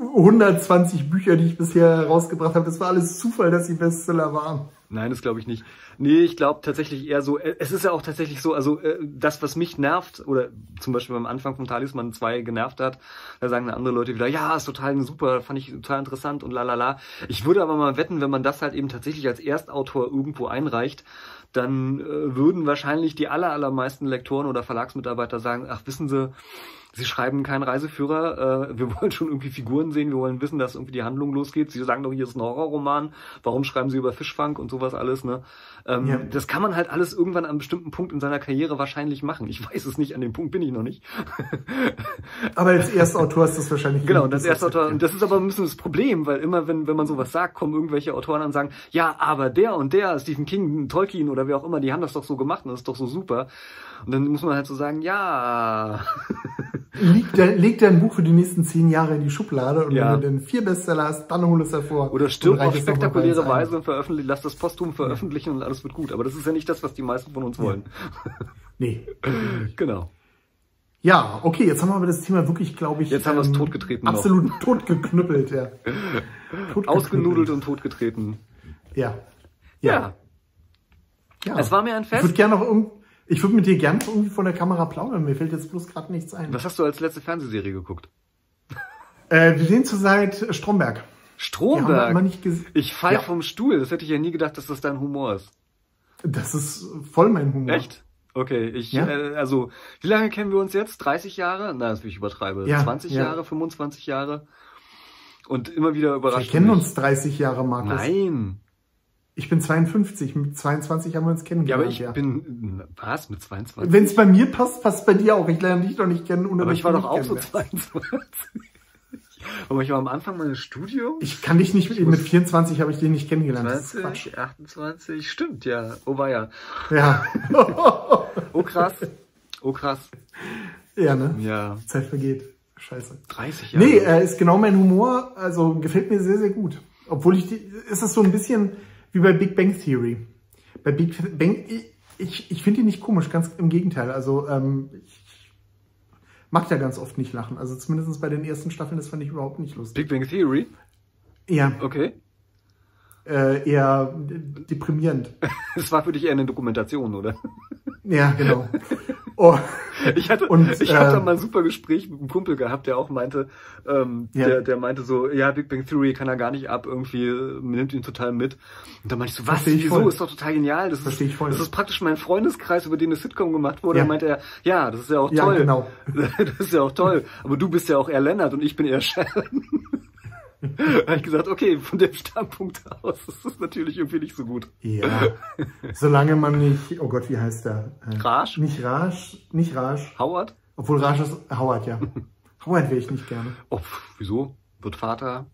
S1: 120 Bücher, die ich bisher rausgebracht habe, das war alles Zufall, dass sie Bestseller waren.
S2: Nein, das glaube ich nicht. Nee, ich glaube tatsächlich eher so, äh, es ist ja auch tatsächlich so, also äh, das, was mich nervt, oder zum Beispiel beim Anfang von Talisman 2 genervt hat, da sagen dann andere Leute wieder, ja, ist total super, fand ich total interessant und lalala. Ich würde aber mal wetten, wenn man das halt eben tatsächlich als Erstautor irgendwo einreicht, dann äh, würden wahrscheinlich die aller, allermeisten Lektoren oder Verlagsmitarbeiter sagen, ach, wissen Sie, Sie schreiben keinen Reiseführer, äh, wir (laughs) wollen schon irgendwie Figuren sehen, wir wollen wissen, dass irgendwie die Handlung losgeht. Sie sagen doch, hier ist ein Horrorroman, warum schreiben Sie über Fischfang und sowas alles, ne? Ähm,
S1: Ja.
S2: Das kann man halt alles irgendwann an einem bestimmten Punkt in seiner Karriere wahrscheinlich machen. Ich weiß es nicht, an dem Punkt bin ich noch nicht.
S1: Aber als Erstautor ist Hm, das wahrscheinlich
S2: Genau,
S1: nicht
S2: und das
S1: so
S2: erste Autor,
S1: akzeptiert.
S2: und das ist aber ein bisschen das Problem, weil immer, wenn, wenn man sowas sagt, kommen irgendwelche Autoren an und sagen, ja, aber der und der, Stephen King, Tolkien oder wer auch immer, die haben das doch so gemacht und das ist doch so super. Und dann muss man halt so sagen, ja,
S1: Liegt dein- Leg dein Buch für die nächsten zehn Jahre in die Schublade und
S2: Ja.
S1: wenn du dann vier Bestseller hast, dann hol es hervor.
S2: oder
S1: und
S2: stirb
S1: reich
S2: auf
S1: es noch mal bei uns
S2: spektakuläre
S1: ein.
S2: Weise und veröffentliche, lass das posthum veröffentlichen und alles wird gut. Aber das ist ja nicht das, was die meisten von uns wollen.
S1: Nee.
S2: Genau.
S1: Ja, okay, jetzt haben wir aber das Thema wirklich, glaube ich. ähm,
S2: Jetzt haben wir's totgetreten noch.
S1: Absolut (laughs) totgeknüppelt, ja. Totgeknüppelt.
S2: Ausgenudelt und totgetreten.
S1: Ja.
S2: Ja.
S1: ja.
S2: Es war mir ein Fest.
S1: Ich würde gerne noch irgend, ich würde mit dir gerne irgendwie von der Kamera plaudern. Mir fällt jetzt bloß gerade nichts ein.
S2: Was hast du als letzte Fernsehserie geguckt?
S1: Äh, wir sehen zurzeit Stromberg. Wir haben wir immer
S2: Stromberg.
S1: nicht gesehen.
S2: Ich fall
S1: Ja.
S2: vom Stuhl. Das hätte ich ja nie gedacht, dass das dein Humor ist.
S1: Das ist voll mein Humor.
S2: Echt? Okay, ich,
S1: Ja.
S2: äh, also, wie lange kennen wir uns jetzt? 30 Jahre? Na, das will ich übertreibe.
S1: Ja,
S2: 20
S1: ja.
S2: Jahre, 25 Jahre? Und immer wieder
S1: Wir
S2: überrascht.
S1: kennen
S2: mich.
S1: uns 30 Jahre, Markus.
S2: Nein.
S1: Ich bin 52. Mit 22 haben wir uns
S2: Ja, aber
S1: kennengelernt.
S2: ich bin, was, mit 22?
S1: Wenn es bei mir passt, passt bei dir auch. Ich lerne dich doch nicht kennen, ohne
S2: aber
S1: dass
S2: ich war
S1: du
S2: doch
S1: mich
S2: auch so
S1: kennenlernst.
S2: 22. (laughs) aber ich war am Anfang meines Studiums.
S1: Ich kann dich nicht, mit 24 habe ich dich nicht kennengelernt. Das ist Quatsch.
S2: 20, 28, stimmt, ja. Oh, war ja.
S1: Ja. (laughs)
S2: Oh, krass. Oh, krass.
S1: ja, ne?
S2: Ja.
S1: Zeit vergeht. Scheiße.
S2: 30 Jahre.
S1: Nee, äh, ist genau mein Humor. Also gefällt mir sehr, sehr gut. Obwohl ich, die, ist es so ein bisschen wie bei Big Bang Theory. Bei Big Bang, ich- ich, ich finde die nicht komisch, ganz im Gegenteil. Also ähm, ich mag da ganz oft nicht lachen. Also zumindest bei den ersten Staffeln, das fand ich überhaupt nicht lustig.
S2: Big Bang Theory.
S1: Ja,
S2: Okay.
S1: äh, eher deprimierend.
S2: Das war für dich eher eine Dokumentation, oder?
S1: Ja, genau. Oh.
S2: Ich hatte,
S1: Und,
S2: ich hatte
S1: äh,
S2: mal ein super Gespräch mit einem Kumpel gehabt, der auch meinte, ähm,
S1: Ja.
S2: der, der meinte so, ja, Big Bang Theory kann er gar nicht ab, irgendwie äh, nimmt ihn total mit. Und dann meinte ich so, was,
S1: Versteh ich
S2: wieso,
S1: voll.
S2: ist doch total genial, das ist,
S1: Versteh ich voll.
S2: das ist praktisch mein Freundeskreis, über den eine Sitcom gemacht wurde.
S1: Ja.
S2: Dann meinte er, ja, das ist ja auch
S1: Ja,
S2: toll.
S1: genau.
S2: (laughs) Das ist ja auch toll. Aber du bist ja auch eher Lennart und ich bin eher Sharon. (laughs) da habe ich gesagt, okay, von dem Standpunkt aus ist das natürlich irgendwie nicht so gut.
S1: Ja. Solange man nicht, oh Gott, wie heißt der? Äh,
S2: Raj?
S1: Nicht Raj, nicht Raj.
S2: Howard?
S1: Obwohl Raj ist Howard,
S2: (laughs)
S1: ja. Howard wäre ich nicht gerne.
S2: Oh, pf, wieso? Wird Vater,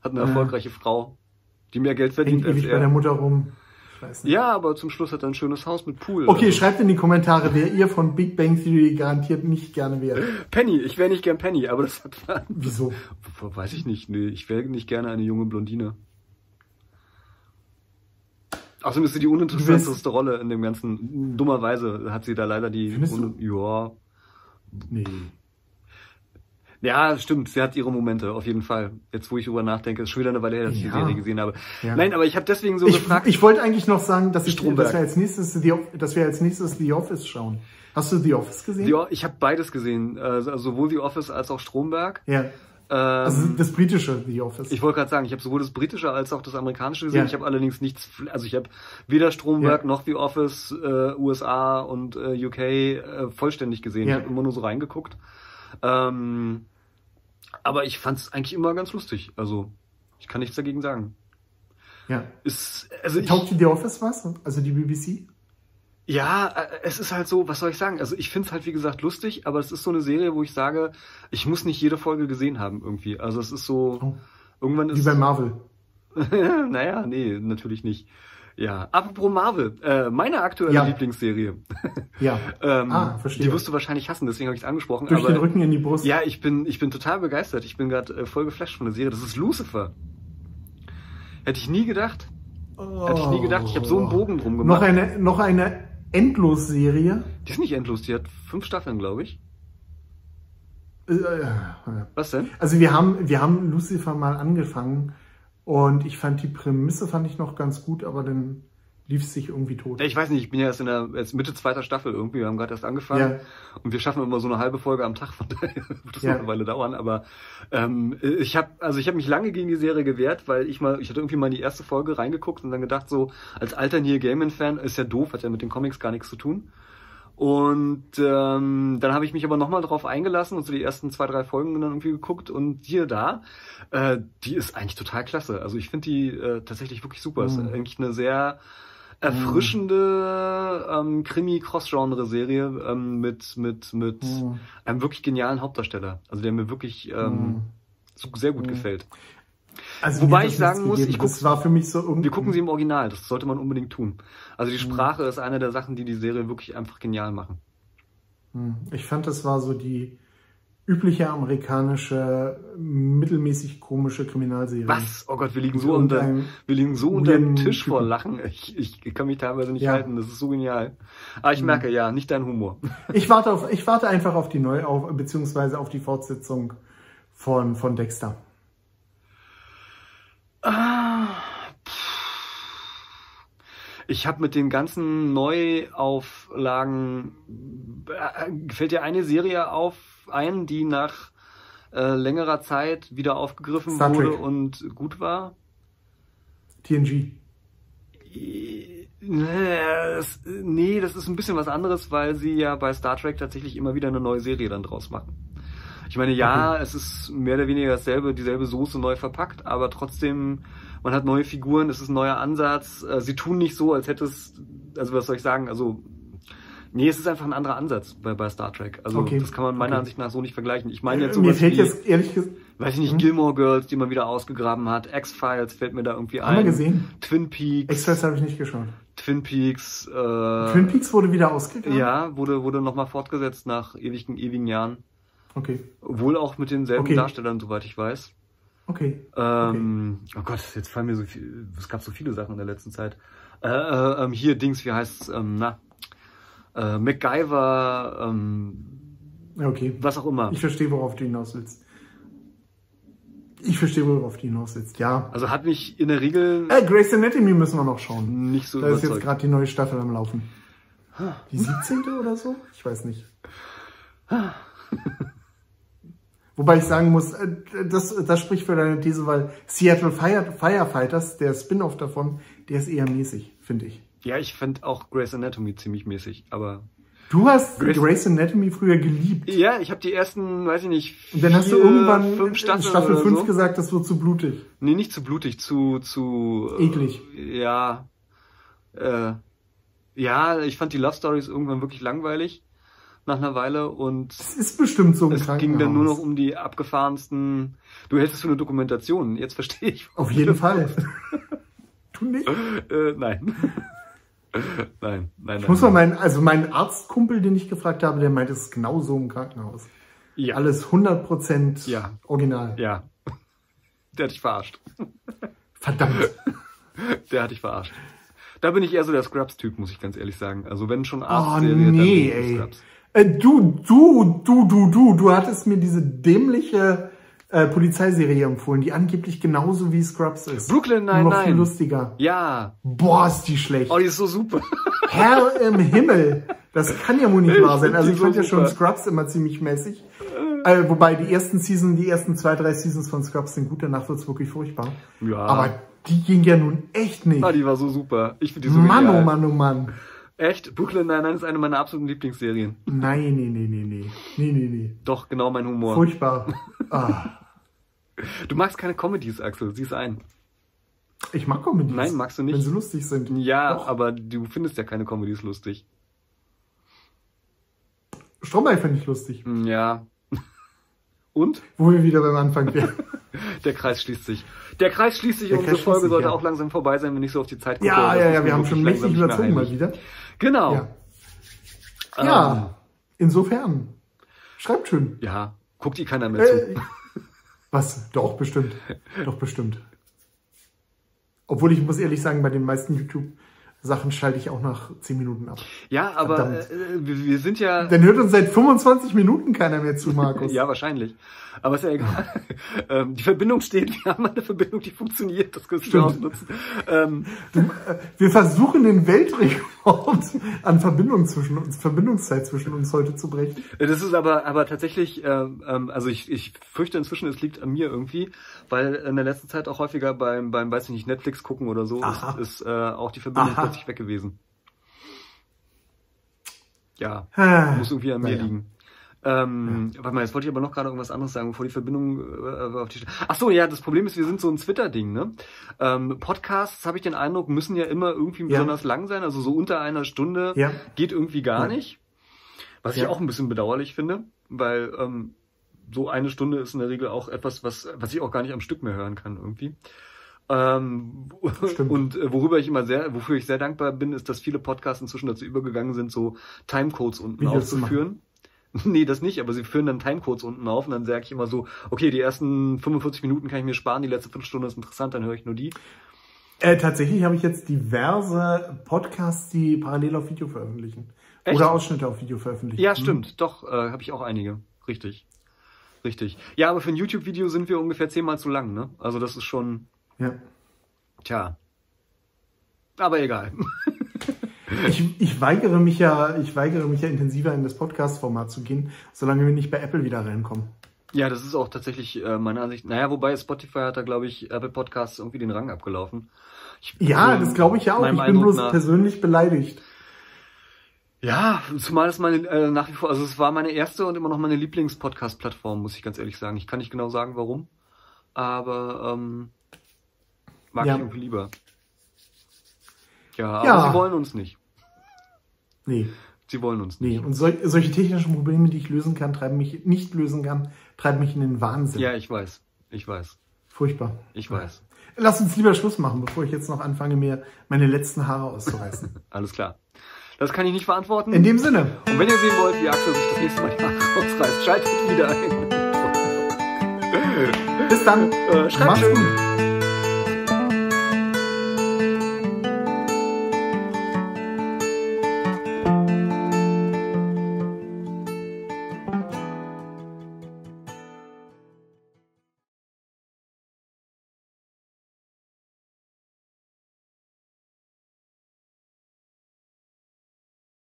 S2: hat eine erfolgreiche Frau, die mehr Geld verdient
S1: Hängt
S2: als
S1: ewig Äh. bei der
S2: er.
S1: Mutter rum. Ich weiß nicht.
S2: Ja, aber zum Schluss hat er ein schönes Haus mit Pool.
S1: Okay,
S2: Also,
S1: schreibt in die Kommentare, wer ihr von Big Bang Theory garantiert nicht gerne wäre.
S2: Penny, ich wäre nicht gern Penny, aber das hat (laughs) Faden.
S1: Wieso?
S2: Weiß ich nicht, nee, ich wäre nicht gerne eine junge Blondine. Außerdem ist sie die uninteressanteste Rolle in dem ganzen. Dummerweise hat sie da leider die.
S1: Findest du?
S2: ja.
S1: Nee.
S2: Ja, stimmt. Sie hat ihre Momente, auf jeden Fall. Jetzt, wo ich drüber nachdenke, ist schon wieder eine Weile her, dass ich die
S1: Ja.
S2: Serie gesehen habe.
S1: Ja.
S2: Nein, aber ich habe deswegen so
S1: Ich,
S2: gefragt.
S1: ich wollte eigentlich noch sagen, dass, ich,
S2: Stromberg.
S1: dass, wir als nächstes The, Off- dass wir als nächstes The Office schauen. Hast du The Office gesehen?
S2: Die, O- ich habe beides gesehen, äh, also sowohl The Office als auch Stromberg.
S1: ja.
S2: Ähm,
S1: Also das britische The Office.
S2: ich wollte gerade sagen, ich habe sowohl das britische als auch das amerikanische gesehen.
S1: Ja.
S2: Ich habe allerdings nichts, also ich habe weder Stromberg
S1: Ja.
S2: noch The Office äh, USA und äh, UK äh, vollständig gesehen.
S1: Ja.
S2: Ich habe immer nur so reingeguckt. Ähm, aber ich fand es eigentlich immer ganz lustig. Also ich Ich kann nichts dagegen sagen.
S1: Ja.
S2: Ist, also ich,
S1: Taugt die The Office was? Also die BBC?
S2: ja, äh, es ist halt so, was soll ich sagen? Also ich find's halt, wie gesagt, lustig, aber es ist so eine Serie, wo ich sage, ich muss nicht jede Folge gesehen haben irgendwie. Also es ist so,
S1: Oh.
S2: irgendwann
S1: Wie
S2: ist
S1: bei Marvel.
S2: (laughs) naja, nee, natürlich nicht. Ja, apropos Marvel, äh, meine aktuelle
S1: Ja.
S2: Lieblingsserie.
S1: Ja.
S2: Ähm,
S1: Ah, verstehe.
S2: Die wirst du wahrscheinlich hassen, deswegen habe ich es angesprochen.
S1: Durch
S2: aber
S1: den Rücken in die Brust.
S2: Ja, ich bin, ich bin total begeistert. Ich bin gerade äh, voll geflasht von der Serie. Das ist Lucifer. Hätte ich nie gedacht. Hätte ich nie gedacht. Ich habe so einen Bogen drum gemacht.
S1: Oh. Noch eine, noch eine Endlosserie.
S2: Die ist nicht endlos. Die hat fünf Staffeln, glaube ich.
S1: Äh, äh,
S2: Was denn?
S1: Also wir haben, wir haben Lucifer mal angefangen und ich fand die Prämisse fand ich noch ganz gut, aber dann lief es sich irgendwie tot.
S2: Ja, Ich weiß nicht. Ich bin ja erst in der jetzt Mitte zweiter Staffel irgendwie. Wir haben gerade erst angefangen. Und wir schaffen immer so eine halbe Folge am Tag. Von daher (laughs) wird das
S1: Ja.
S2: noch eine Weile dauern. Aber ähm, ich habe also ich habe mich lange gegen die Serie gewehrt, weil ich mal ich hatte irgendwie mal in die erste Folge reingeguckt und dann gedacht so als alter Neil Gaiman Fan ist ja doof, hat ja mit den Comics gar nichts zu tun. Und ähm, dann habe ich mich aber nochmal drauf eingelassen und so die ersten zwei, drei Folgen dann irgendwie geguckt und hier da, äh, die ist eigentlich total klasse. Also ich finde die äh, tatsächlich wirklich super. Ist
S1: Mhm.
S2: eigentlich eine sehr erfrischende ähm, Krimi-Cross-Genre-Serie ähm, mit, mit, mit
S1: Mhm.
S2: einem wirklich genialen Hauptdarsteller. Also der mir wirklich ähm,
S1: Mhm.
S2: so- sehr gut gefällt.
S1: Also
S2: Wobei
S1: mir hat
S2: ich
S1: das
S2: sagen
S1: nichts
S2: muss,
S1: gegeben.
S2: ich guck-
S1: das war für mich so irgendwie.
S2: Wir gucken sie im Original, das sollte man unbedingt tun. Also die Sprache ist eine der Sachen, die die Serie wirklich einfach genial machen.
S1: Hm. Ich fand, das war so die übliche amerikanische, mittelmäßig komische Kriminalserie.
S2: Was? Oh Gott, wir liegen
S1: Mit
S2: so unter,
S1: irgendeinem
S2: wir liegen so unter dem
S1: weirden
S2: Tisch vor
S1: Typen.
S2: Lachen. Ich, ich kann mich teilweise nicht
S1: Ja.
S2: halten. Das ist so genial. Aber ich merke, ja, nicht dein Humor.
S1: Ich warte, auf, ich warte einfach auf die Neu auf, beziehungsweise auf die Fortsetzung von, von Dexter.
S2: Ich habe mit den ganzen Neuauflagen äh, fällt dir eine Serie auf ein, die nach äh, längerer Zeit wieder aufgegriffen
S1: Star
S2: wurde
S1: Trek.
S2: und gut war?
S1: TNG.
S2: Äh, Das, nee, das ist ein bisschen was anderes, weil sie ja bei Star Trek tatsächlich immer wieder eine neue Serie dann draus machen. Ich meine, ja, es ist mehr oder weniger dasselbe, dieselbe Soße neu verpackt, aber trotzdem, man hat neue Figuren, es ist ein neuer Ansatz. äh, Sie tun nicht so, als hätte es, also was soll ich sagen, also nee, es ist einfach ein anderer Ansatz bei, bei Star Trek. Also
S1: Okay.
S2: das kann man meiner
S1: Okay. Äh,
S2: Ansicht nach so nicht vergleichen. Ich meine jetzt
S1: Mir
S2: sowas
S1: fällt
S2: wie,
S1: jetzt Hm? ehrlich gesagt.
S2: weiß ich nicht, Gilmore Girls, die man wieder ausgegraben hat, X-Files fällt mir da irgendwie ein.
S1: Haben wir gesehen?
S2: Twin Peaks.
S1: Express habe ich nicht geschaut.
S2: Twin Peaks. Äh,
S1: Twin Peaks wurde wieder ausgegangen?
S2: Ja, wurde, wurde nochmal fortgesetzt nach ewigen, ewigen Jahren.
S1: Okay.
S2: Wohl auch mit denselben
S1: Okay.
S2: Darstellern, soweit ich weiß.
S1: Okay.
S2: Ähm, Oh Gott, jetzt fallen mir so viel, es gab so viele Sachen in der letzten Zeit. Äh, äh, ähm, hier, Dings, wie heißt's? Ähm, na, äh, MacGyver, ähm,
S1: Okay.
S2: was auch immer.
S1: Ich verstehe, worauf du hinaus willst. Ich verstehe, worauf du hinaus willst, ja.
S2: Also hat mich in der Regel
S1: Äh, Grace Anatomy müssen wir noch schauen.
S2: nicht so
S1: Da ist jetzt
S2: überzeugt.
S1: gerade die neue Staffel am Laufen. Die 17. oder so? Ich weiß nicht. (laughs) Wobei ich sagen muss, äh, das, das spricht für deine These, weil Seattle Fire, Firefighters, der Spin-off davon, der ist eher mäßig, finde ich.
S2: Ja, ich fand auch Grey's Anatomy ziemlich mäßig, aber
S1: Du hast
S2: Grace-
S1: Grace, Anatomy früher geliebt.
S2: ja, ich habe die ersten, weiß ich nicht,
S1: Und dann hast du
S2: vier,
S1: irgendwann
S2: fünf Staffeln
S1: in Staffel
S2: oder
S1: 5
S2: so.
S1: gesagt, das wird zu blutig.
S2: Nee, nicht zu blutig, zu, zu. äh,
S1: Eklig.
S2: Ja. Äh, ja, ich fand die Love Stories irgendwann wirklich langweilig nach einer Weile und
S1: Es ist bestimmt so im
S2: es ging dann nur noch um die abgefahrensten. Du hältst es für eine Dokumentation, jetzt verstehe ich. (laughs)
S1: Auf jeden Fall. du nicht?
S2: Äh, nein. (laughs) nein. Nein, nein.
S1: Ich muss mal meinen, also meinen Arztkumpel, den ich gefragt habe, der meint, es ist genau so im Krankenhaus.
S2: Ja.
S1: Alles 100%
S2: Ja.
S1: original.
S2: Ja. Der hat dich verarscht. (laughs)
S1: Verdammt.
S2: Der hat dich verarscht. Da bin ich eher so der Scrubs-Typ, muss ich ganz ehrlich sagen. Also wenn schon
S1: Oh
S2: Arzt-Serie, dann
S1: nee,
S2: bin ich
S1: ey. Äh, Du, du, du, du, du, du hattest mir diese dämliche äh, Polizeiserie empfohlen, die angeblich genauso wie Scrubs ist.
S2: Brooklyn
S1: Nur noch viel
S2: Nine-Nine.
S1: lustiger.
S2: Ja.
S1: Boah, ist die schlecht.
S2: Oh, die ist so super.
S1: Herr im Himmel. Das kann ja wohl nicht
S2: Ich
S1: wahr sein.
S2: find
S1: Also
S2: die
S1: ich fand
S2: so
S1: ja schon
S2: super.
S1: Scrubs immer ziemlich mäßig. Äh, wobei die ersten Season, die ersten zwei, drei Seasons von Scrubs sind gut, danach wird's wirklich furchtbar.
S2: Ja.
S1: Aber die ging ja nun echt nicht.
S2: Ah, die war so super. Ich finde die so
S1: Mann, oh
S2: genial.
S1: Mann, oh Mann.
S2: Echt? Brooklyn Nine-Nine ist eine meiner absoluten Lieblingsserien.
S1: Nein, nee, nee, nee, nee. Nee, nee, nee.
S2: Doch, genau mein Humor.
S1: Furchtbar. Ah.
S2: Du magst keine Comedies, Axel, sieh's ein.
S1: Ich mag Comedies.
S2: Nein, magst du nicht?
S1: Wenn sie lustig sind.
S2: Ja,
S1: Doch.
S2: aber du findest ja keine Comedies lustig.
S1: Stromberg fand ich lustig.
S2: Hm, Ja. (laughs) Und?
S1: Wo wir wieder beim
S2: (laughs)
S1: Anfang wären.
S2: Der Kreis schließt sich. Der Kreis schließt sich.
S1: Der
S2: Unsere
S1: Kreis
S2: Folge
S1: schließt sich,
S2: sollte
S1: ja.
S2: auch langsam vorbei sein, wenn ich so auf die Zeit gucke.
S1: ja,
S2: Das
S1: ja,
S2: ist
S1: ja,
S2: mir
S1: wir haben
S2: wirklich
S1: schon
S2: langsam
S1: mächtig
S2: nicht mehr
S1: überzogen mal
S2: heilig.
S1: wieder.
S2: Genau.
S1: Ja.
S2: Ähm,
S1: ja, insofern. Schreibt schön.
S2: Ja. Guckt ihr keiner mehr zu.
S1: Äh, was? Doch, bestimmt. Doch, bestimmt. Obwohl ich muss ehrlich sagen, bei den meisten YouTube-Sachen schalte ich auch nach 10 Minuten ab.
S2: Ja, aber
S1: verdammt.
S2: äh, wir, wir sind ja.
S1: Dann hört uns seit 25 Minuten keiner mehr zu, Markus.
S2: (laughs) Ja, wahrscheinlich. Aber ist ja egal. (laughs) ähm, die Verbindung steht. Wir haben eine Verbindung, die funktioniert. Das kannst du
S1: Stimmt.
S2: ausnutzen. Ähm,
S1: äh, Wir versuchen den Weltrekord an Verbindung zwischen uns, Verbindungszeit zwischen uns heute zu brechen.
S2: Äh, das ist aber, aber tatsächlich, ähm, ähm, also ich, ich fürchte inzwischen, es liegt an mir irgendwie, weil in der letzten Zeit auch häufiger beim, beim weiß ich nicht, Netflix gucken oder so,
S1: Aha.
S2: ist, ist äh, auch die Verbindung
S1: Aha.
S2: plötzlich weg gewesen. Ja,
S1: Ah,
S2: muss irgendwie an mir
S1: naja.
S2: liegen. Ähm, Warte mal, jetzt wollte ich aber noch gerade irgendwas anderes sagen, bevor die Verbindung äh, auf die Stelle. Ach so, ja, das Problem ist, wir sind so ein Twitter-Ding, ne? Ähm, Podcasts, habe ich den Eindruck, müssen ja immer irgendwie besonders lang sein, also so unter einer Stunde
S1: Ja.
S2: (laughs) geht irgendwie gar
S1: Ja.
S2: nicht. Was ich
S1: Ja.
S2: auch ein bisschen bedauerlich finde, weil ähm, so eine Stunde ist in der Regel auch etwas, was, was ich auch gar nicht am Stück mehr hören kann irgendwie. Ähm,
S1: Stimmt.
S2: und äh, worüber ich immer sehr, wofür ich sehr dankbar bin, ist, dass viele Podcasts inzwischen dazu übergegangen sind, so Timecodes unten
S1: Videos zu
S2: aufzuführen. (laughs) Nee, das nicht, aber sie führen dann Timecodes unten auf und dann sage ich immer so, okay, die ersten 45 Minuten kann ich mir sparen, die letzte Viertelstunde ist interessant, dann höre ich nur die.
S1: Äh, tatsächlich habe ich jetzt diverse Podcasts, die parallel auf Video veröffentlichen.
S2: Echt?
S1: Oder Ausschnitte auf Video veröffentlichen.
S2: Ja,
S1: Hm.
S2: stimmt, doch, äh, habe ich auch einige. Richtig. Richtig. Ja, aber für ein YouTube-Video sind wir ungefähr zehnmal zu lang, ne? Also das ist schon,
S1: Hm. Ja.
S2: tja. Aber egal. (laughs)
S1: Ich, ich weigere mich ja, ich weigere mich ja intensiver in das Podcast-Format zu gehen, solange wir nicht bei Apple wieder reinkommen.
S2: Ja, das ist auch tatsächlich äh, meine Ansicht. Naja, wobei Spotify hat da, glaube ich, Apple Podcasts irgendwie den Rang abgelaufen. Ich-
S1: Ja,
S2: so
S1: das glaube ich ja auch.
S2: meinem
S1: Ich bin
S2: Eindruck
S1: bloß
S2: Also, nach-
S1: persönlich beleidigt.
S2: Ja, zumal es meine äh, nach wie vor, also es war meine erste und immer noch meine Lieblings-Podcast-Plattform, muss ich ganz ehrlich sagen. Ich kann nicht genau sagen, warum, aber ähm, mag
S1: Ja.
S2: ich irgendwie lieber. Ja, aber
S1: Ja.
S2: sie wollen uns nicht.
S1: Nee,
S2: Sie wollen uns nicht.
S1: nee. Und sol solche technischen Probleme, die ich lösen kann, treiben mich, nicht lösen kann, treiben mich in den Wahnsinn.
S2: Ja, ich weiß. Ich weiß.
S1: Furchtbar.
S2: Ich weiß.
S1: Lass uns lieber Schluss machen, bevor ich jetzt noch anfange, mir meine letzten Haare auszureißen.
S2: Alles klar. Das kann ich nicht verantworten.
S1: In dem Sinne.
S2: Und wenn ihr sehen wollt, wie Axel sich das nächste Mal (laughs) die Haare ausreißt, schaltet wieder ein.
S1: Bis dann.
S2: Äh, schreibt schön.
S1: gut.